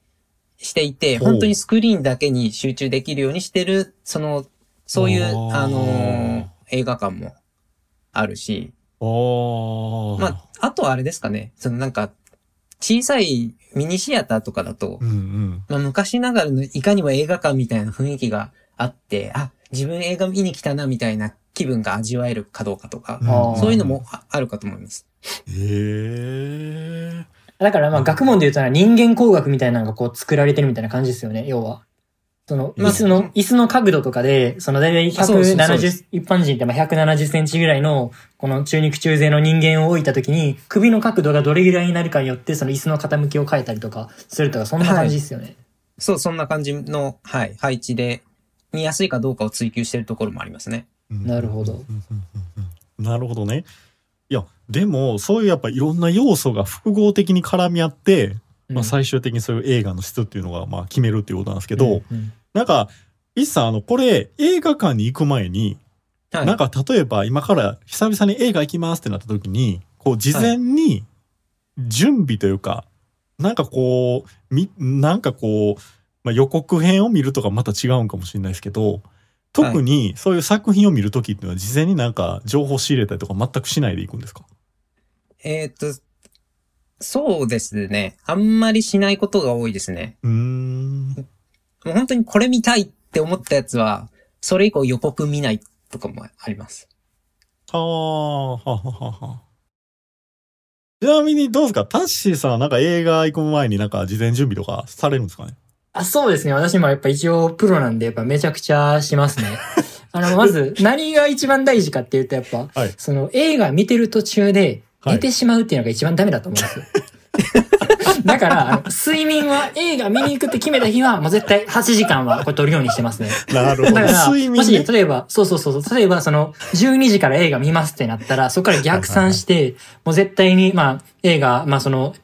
していて、
ほう
本当にスクリーンだけに集中できるようにしてる、その、そういう、
おー
あの、映画館もあるし、
ああ。
まあ、あとはあれですかね、そのなんか、小さいミニシアターとかだと、
うんうん。
まあ、昔ながらのいかにも映画館みたいな雰囲気があって、あ、自分映画見に来たなみたいな気分が味わえるかどうかとか、
あー
そういうのもああるかと思います。
へえ。
だからまあ学問で言うとな人間工学みたいなのがこう作られてるみたいな感じですよね、要は。その、
まあ
椅子の、椅子の角度とかで、その大体
あそうですそうで
170
す、
一般人ってまあ170センチぐらいの、この中肉中背の人間を置いた時に、首の角度がどれぐらいになるかによって、その椅子の傾きを変えたりとかするとか、そんな感じですよね。
そう、そんな感じの、はい、配置で、見やすいかどうかを追求しているところもありますね。
なるほど。
うんうんうんうんなるほどね。いや、でも、そういうやっぱいろんな要素が複合的に絡み合って、まあ最終的にそういう映画の質っていうのがまあ決めるっていうことなんですけど、
うん
なんか、イッさん、あの、これ、映画館に行く前に、
はい。
なんか例えば今から久々に映画行きますってなった時にこう事前に準備というか、なんかこうみなんかこう、まあ、予告編を見るとかまた違うんかもしれないですけど特にそういう作品を見る時っていうのは事前になんか情報仕入れたりとか全くしないでいくんですか
えーっと、そうですね。あんまりしないことが多いですね。
うーん
もう本当にこれ見たいって思ったやつは、それ以降予告見ないとかもあります。
ああははははちなみにどうですかタッシーさんはなんか映画行く前になんか事前準備とかされるんです かね
あ、そうですね。私もやっぱ一応プロなんで、やっぱめちゃくちゃ しますね。あの、まず、何が一番大事かっていうと、やっぱ、
はい
その映画見てる途中で
はい
寝てしまうっていうのが一番ダメだと思うんですよ。 だから、あの睡眠は映画見に行くって決めた日は、もう絶対8時間はこれ取るようにしてますね。
なるほ
だ
ど
から、
睡
も
眠ね
し、例えば、そうそうそうそう、例えば、その、12時から映画見ますってなったら、そこから逆算して、もう絶対に、まあ、映画、まあ、その、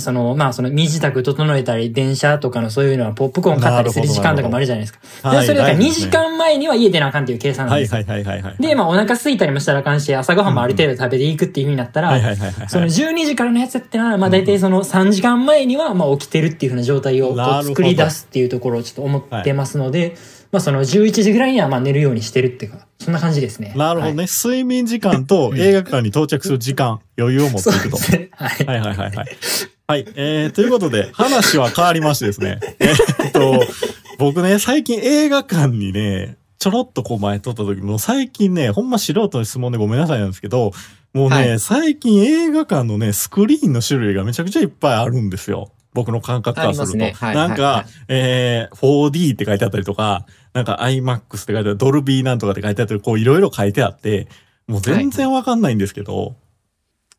その、まあ、その、身支度整えたり、電車とかのそういうのは、ポップコーン買ったりする時間とかもあるじゃないですか。
は
で
い
それだから
大
2
事です
時
ね
間前には家出なあかんっていう計算なん
は
で
い
すよ。
はいはいはいはい。
で、まあ、お腹空いたりもしたらあかんし、朝ごはんもある程度食べていくっていう風になった
はいは
ら、
いはいはい。
その12時からのやつやってのは、まあ、大体その3時間前には、まあ、起きてるっていう風な状態をこう
なるほど
作り出すっていうところをちょっと思ってますので、まあ、その11時ぐらいには、まあ、寝るようにしてるっていうか、そんな感じですね。
なるほど
はい。
ね。睡眠時間と映画館に到着する時間、余裕を持って
そ
いうく
で
と。
すね。 はい。
はいはいはいはい。はい。えー、ということで、話は変わりましてです ね。えーっと、僕ね、最近映画館にね、ちょろっとこう前撮った時も、最近ね、ほんま素人の質問でごめんなさいなんですけど、もうね、
はい
最近映画館のね、スクリーンの種類がめちゃくちゃいっぱいあるんですよ。僕の感覚からすると。
ありますねはい
なんか、
はいはい
えー、4D って書いてあったりとか、なんか IMAX って書いてあったり、ドルビーなんとかって書いてあったり、こういろいろ書いてあって、もう全然わかんないんですけど、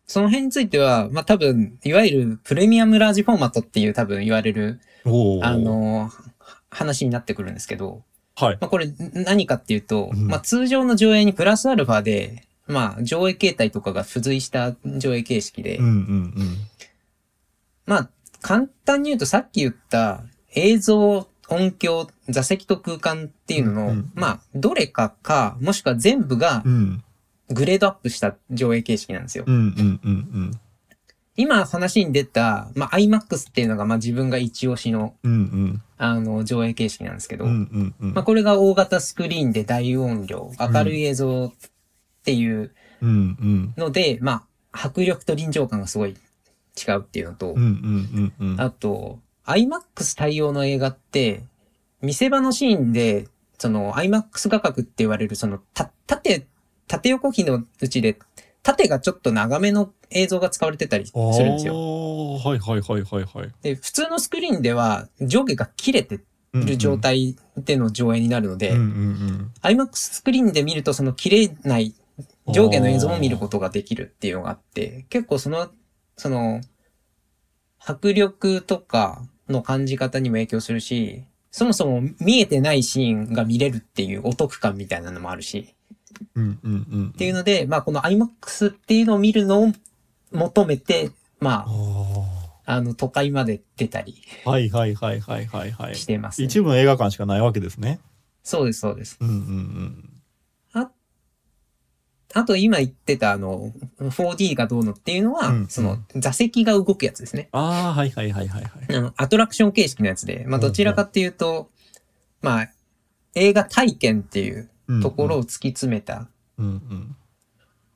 その辺については、まあ、多分、いわゆるプレミアムラージフォーマットっていう多分言われる、
おー
あの、話になってくるんですけど、
はい。
まあ、これん何かっていうと、
うん
まあ、通常の上映にプラスアルファで、まあ、上映形態とかが付随した上映形式で、
うんうんうん。
まあ、簡単に言うとさっき言った映像、音響、座席と空間っていうのの、
うんうん
まあ、どれかか、もしくは全部が
うん
グレードアップした上映形式なんですよ。
うんうんうん
今話に出た、まあ、IMAX っていうのが、まあ、自分が一押しの、
うんうん
あの、上映形式なんですけど、
うんうんうん
まあ、これが大型スクリーンで大音量、明るい映像っていう
うんうん
ので、まあ、迫力と臨場感がすごい違うっていうの
う
と、
んうんうんうん
あと、IMAX 対応の映画って、見せ場のシーンで、その IMAX 画角って言われる、その、た、縦、縦横比のうちで、縦がちょっと長めの映像が使われてたりするんですよ。
あーはいはいはいはいはい
で、普通のスクリーンでは上下が切れて
うんうん
る状態での上映になるので、
うんうんうん、
IMAX スクリーンで見るとその切れない上下の映像を見ることができるっていうのがあって、結構その、その、迫力とかの感じ方にも影響するし、そもそも見えてないシーンが見れるっていうお得感みたいなのもあるし、
うんうんうんうん、っ
っていうので、まあこの IMAX っていうのを見るのを求めて、まあ、あの、都会まで出たり
はいはいはいはいはいはい
してますね、
一部の映画館しかないわけですね
そうです、そうです。
うんうん
あ、あと今言ってたあの、4D がどうのっていうのは、
うん
その座席が動くやつですね。
ああはいはいはいはいはい
あの、アトラクション形式のやつで、まあどちらかっていうと、まあ、映画体験っていうところを突き詰めた、
うんうん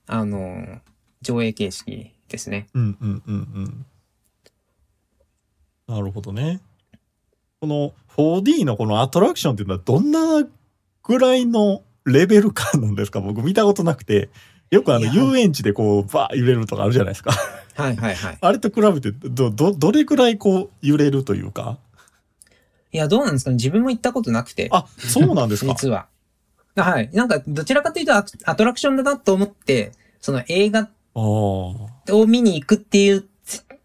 あの、上映形式ですね。
うんうんうんうんなるほどねこの 4D のこのアトラクションっていうのはどんなぐらいのレベル感なんですか 僕見たことなくてよくあの
いや
遊園地でこうバー揺れるとかあるじゃないですか
はいはいはい。
あれと比べてどどどれぐらいこう揺れるというか
いや、どうなんですかね自分も行ったことなくて、
あそうなん ですか
実は。はい。なんか、どちらかというとアクアトラクションだなと思って、その映画
あー
を見に行くっていう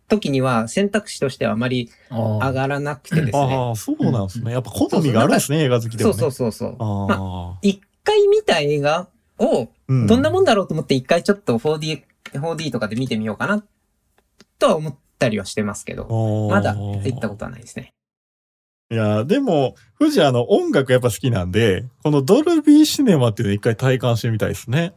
時には選択肢としてはあまり
あ
上
あ
がらなくてですね。
あーそうなんですねやっぱ好みがあるんですね映画好きで
そ
も
う
ね
そうそうそう。
あ
一回見た映画を
ー
どんな
う
もんだろうと思って一回ちょっと 4D, 4D とかで見てみようかなとは思ったりはしてますけど、
んあー
まだ行ったことはないですね。
いやー、でも、富士あの音楽やっぱ好きなんで、このドルビーシネマっていうの一回体感してみたいですね。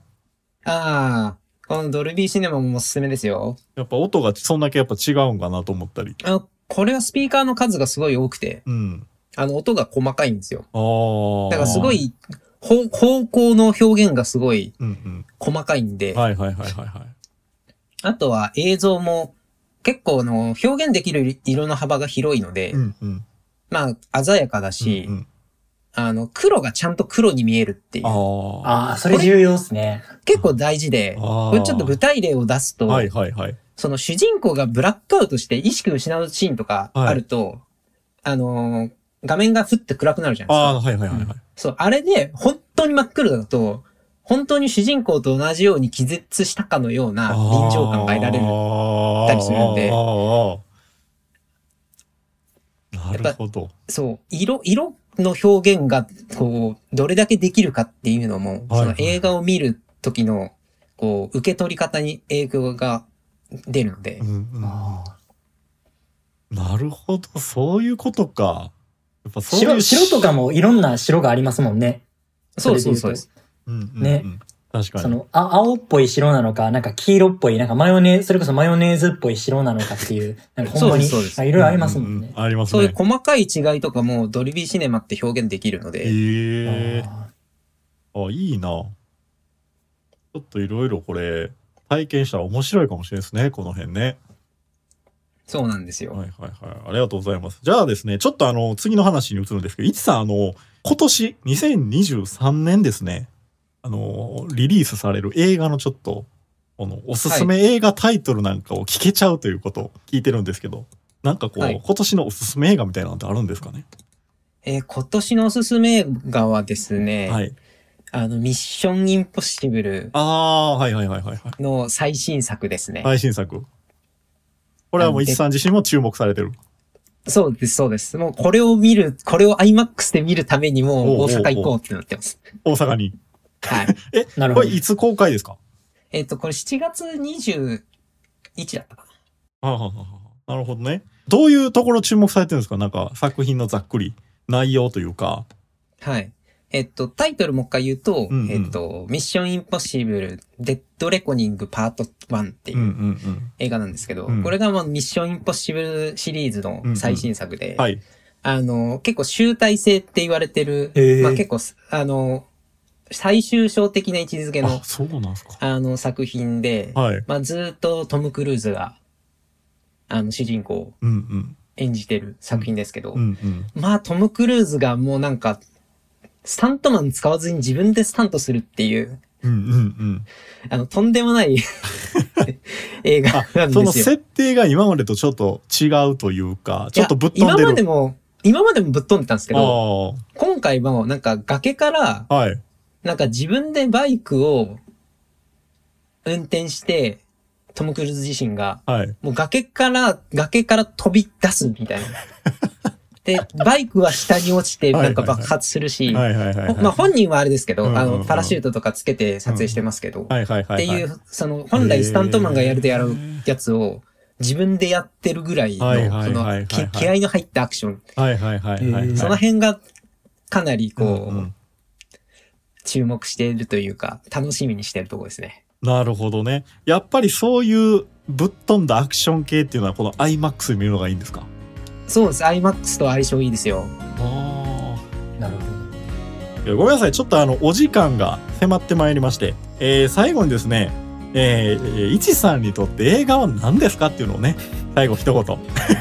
ああ、このドルビーシネマもおすすめですよ。
やっぱ音がそんだけやっぱ違うんかなと思ったり。
あこれはスピーカーの数がすごい多くて、
うん。
あの、音が細かいんですよ。
ああ。
だからすご。い、方方向の表現がすごい
うん
細かいん
う
で
ん。、はいはいはいはいはい。
あとは映像も結構あの表現できる色の幅が広いので、
うんうん。
まあ鮮やかだし、
うんうん
あの黒がちゃんと黒に見えるっていう、
ああ。
ああ、それ重要っすね。
結構大事で、
あ
これちょっと具体例を出すと、
はいはいはい。
その主人公がブラックアウトして意識を失うシーンとかあると、あのー画面がふって暗くなるじゃないです
あ
か。
あー、はいはいはいはい。
そう、あれで本当に真っ黒だと、本当に主人公と同じように気絶したかのような臨場感が得られる。たりするんで
あーあー。
やっぱ
なるほど。
そう、色、色の表現が、こう、どれだけできるかっていうのも、
はい
その映画を見る時の、こう、受け取り方に影響が出るので
うん、うん
あー
なるほど。そういうことか。やっぱそうい
白、
う
白とかもいろんな白がありますもんね。
そうそうそうで
れで言と
す。
うんうんうん
ね。
確か
そ
に。
のあ、青っぽい白なのか、なんか黄色っぽい、なんかマヨネーズ、それこそマヨネーズっぽい白なのかっていう、なんかほんまに、い
そうですそうです
ろいろありますもん
う
ね
う。あります
そういう
ね。
細かい違いとかもドルビーシネマって表現できるので、
ええ
あ
あ、いいな。ちょっといろいろこれ、体験したら面白いかもしれないですね。この辺ね。
そうなんですよ。
はいはいはい。ありがとうございます。じゃあですね、ちょっとあの、次の話に移るんですけど、いちさん、あの、今年、2023年ですね、あの、リリースされる映画のちょっと、この、おすすめ映画タイトルなんかを聞けちゃうということを聞いてるんですけど、なんかこう、
はい
今年のおすすめ映画みたいなのってあるんですかね
えー今年のおすすめ映画はですね、
はい。
あの、ミッションインポッシブル
ああー、はいはいはいはいはい。
の最新作ですね。
最新作。これはもう、いちさん自身も注目されてる。
そうです、そうです。もうこれを見る、これを IMAX で見るためにもう
おうおうおう
大阪行こうってなってます。
大阪に。
はい。
ーなる
こ
ほ
れ、
ど。
いつ公開ですか
えっと、これ7月21だったか
はあはあはあなるほどね。どういうところ注目されてるんですかなんか作品のざっくり内容というか。
な。はい。えっと、タイトルもう一回言うと、
うんうん
えっと、ミッションインポッシブル、デッドレコニングパート1って
う
い
んう
うん映画なんですけど、
うん
これがまあミッションインポッシブルシリーズの最新作で、
うん。はい。
あの、結構集大成って言われてる、
へー
まあ結構す、あの、最終章的な位置づけの
あ、、そうなんですか。
あの作品で、
はい。
まあ、ずーっとトム・クルーズが、あの、主人公を
うんうん。
演じてる作品ですけど、
うんうん。
まあ、トム・クルーズがもうなんか、スタントマン使わずに自分でスタントするっていう、
うんうんうん。
あの、とんで もない映画
あ
な、ん
その
ですよ。
設定が今までとちょっと違うというか、ちょっとぶっ
いや
飛んで
今まで
る。
も、今までもぶっ飛んでたんですけ
あ
ど、
あ、
今回もなんか崖から、
はい。
なんか自分でバイクを運転して、トム・クルーズ自身が、
はい。
もう崖から、崖から飛び出すみたいな。で、バイクは下に落ちて、なんか爆発するし、
はいはいはいはい。
ほまあ本人はあれですけど、
うんうんうん
あの、パラシュートとかつけて撮影してますけど、っ
はいはいはいは
て
い。
いう、その、本来スタントマンがやるでやるやつを、自分でやってるぐらいの、
はいはい
そ
はいはい
の、き気合の入ったアクション、
はいはいはいはいはい。
その辺がかなりこ
うんう
う、
ん
注目しているというか、楽しみにしてるところですね。
なるほどね。やっぱりそういうぶっ飛んだアクション系っていうのはこの IMAX で見るのがいいんですか
そうです、IMAX と相性いいですよ。
ああ。
なるほど。
いやごめんなさい、ちょっとあの、お時間が迫ってまいりまして、えー最後にですね、えーえー、いちさんにとって映画は何ですかっていうのをね、最後一言、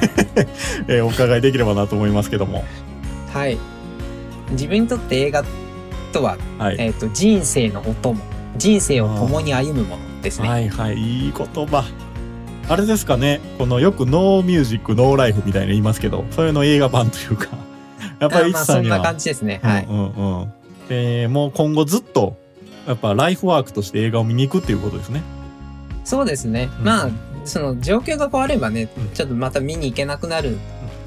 えーお伺いできればなと思いますけども。
はい。自分にとって映画とは、
はい。
えっ、と、人生のお供、人生を共に歩むものですね。
はいはい、いい言葉。あれですかね、このよくノーミュージック、ノーライフみたいなの言いますけど、そういうの映画版というか、やっぱ
あ
りい
ま
ち
あ、
さ
そ
ん
ん
には。
な感じですね。はい。
うんうんうん。えーもう今後ずっと、やっぱライフワークとして映画を見に行くっていうことですね。
そうですね。
うん
まあ、その状況が変わればね
うん、
ちょっとまた見に行けなくなる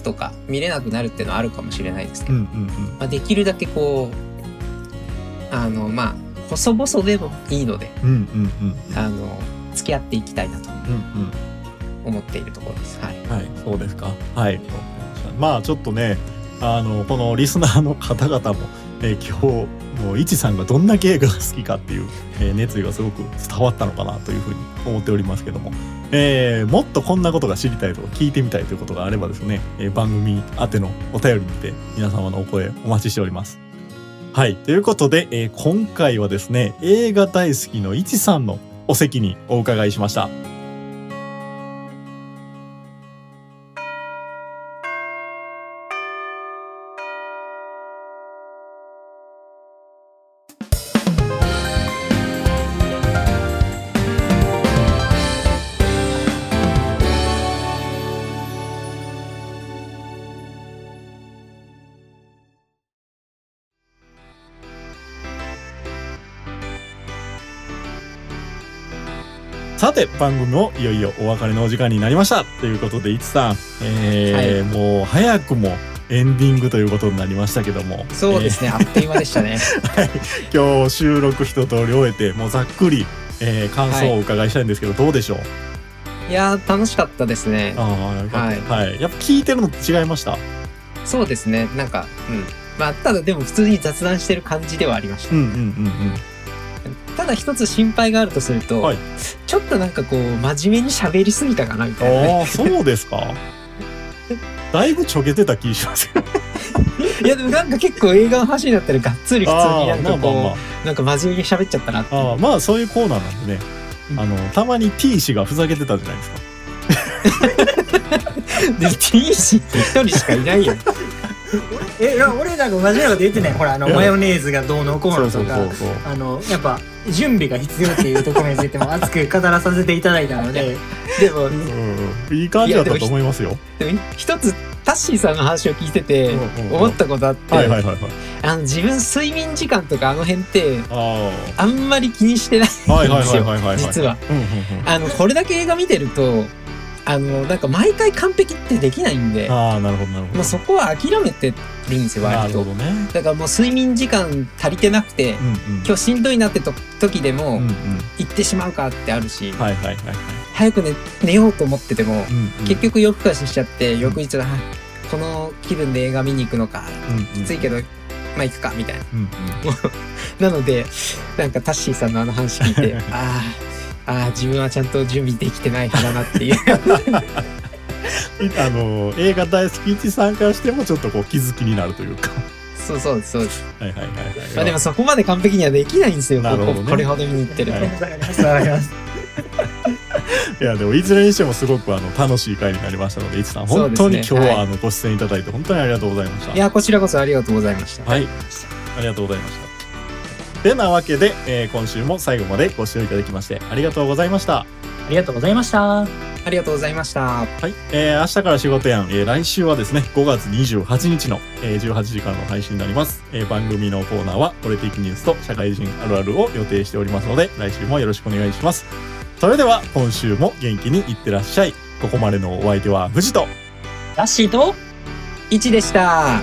とか、見れなくなるっていうのはあるかもしれないですけ
う
ど、
んうんうん。
まあ、できるだけこう、あの、まあ、細々でもいいので、
うんうんうん
あの、付き合っていきたいなと
うんうん
思っているところです。はい。
はい、そうですか。はい。まあちょっとね、あのこのリスナーの方々も、えー今日のいちさんがどんだけ映画が好きかっていう、えー熱意がすごく伝わったのかなというふうに思っておりますけども、えーもっとこんなことが知りたいとか聞いてみたいということがあればですね、えー番組宛てのお便りにて皆様のお声お待ちしております。はい。ということで、えー今回はですね、映画大好きのいちさんのお席にお伺いしました。さて番組もいよいよお別れのお時間になりましたということでいつさん、えーもう早くもエンディングということになりましたけども
そうですね、あっという間でし たね。
えー今日収録一通り終えてもうざっくり、えー感想をお伺いしたいんですけど、どうでしょう
いやー、楽しかったですね。
ああよかったはい、やっぱ聞いてるのと違いました
そうですね、なんか、うん。まあ、ただでも普通に雑談してる感じではありまし
う
た。
んうんうん
ただ一つ心配があるとすると、
はい
ちょっとなんかこう、真面目に喋りすぎたかなみたいな
う
ね
んああそうですかだいぶちょけてた気します よ
いやでもなんか結構映画の話になったらがっつり普通になん
あー
か
まあまあま
こ
あ
うなんか真面目に喋っちゃったなって
ああまあそういうコーナーなんでね、
うん
あのたまに T 氏がふざけてたじゃないですか
で T 氏って一人しかいないよ
えいや俺なんか真面目なこと言ってないほらあの
いや
マヨネーズがどうのこう
そ
の
うそ
と
うそう
か
そう
あのやっぱ準備が必要っていうところについても熱く語らさせていただいたの で
でも
うんいい感じだったと思いますよ。
でも一つタッシーさんの話を聞いてて
うんうんうん
思ったことあって、
はいはいはいはい。
あの自分睡眠時間とかあの辺って
あ
あんまり気にしてないんです
あ。
よ、
はいはいはいはいはい。
実。は
うんうんうん。
あのこれだけ映画見てるとあのなんか毎回完璧ってできないんで
ああなるほどなるほ
もう
ど。
そこは諦めてるんですよ
な
割
る
と
ほどね。
だからもう睡眠時間足りてなくて、
うんうん。
今日しんどいなってと時でも、
うんうん。
行ってしまうかってあるし、
はいはいはいはい。
早く、ね、寝ようと思ってても、
うんうん
結。局夜更かししちゃって翌日は、あこの気分で映画見に行くのか
うんうん。
きついけど、まあ行くかみたい
うんうん。
ななのでなんかタッシーさんのあの話聞いてあーあー自分はちゃんと準備できてない派だなっ ていう
あの映画大好き一さんからしてもちょっとこう気づきになるという か。
そうそうですそうです、
はいはいはいはい。
まあ、でもそこまで完璧にはできないんですよ、
なるほどね
こここれほど見に行ってると、
はい
わかりますわかります
いやでもいずれにしてもすごくあの楽しい回になりましたので一さん
そう
本
で
当
すね
に今日
はい
はあのご出演いただいて本当にありがとうございました。
いやこちらこそありがとうございました、
はい、ありがとうございました。てなわけで、えー今週も最後までご視聴いただきましてありがとうございました。
ありがとうございました
ありがとうございました
はい、えー明日から仕事やん、えー来週はですね、5月28日の、えー18時からの配信になります。えー番組のコーナーは、これ的ニュースと社会人あるあるを予定しておりますので、来週もよろしくお願いします。それでは、今週も元気にいってらっしゃい。ここまでのお相手は、藤と。
ラッシーと
1でした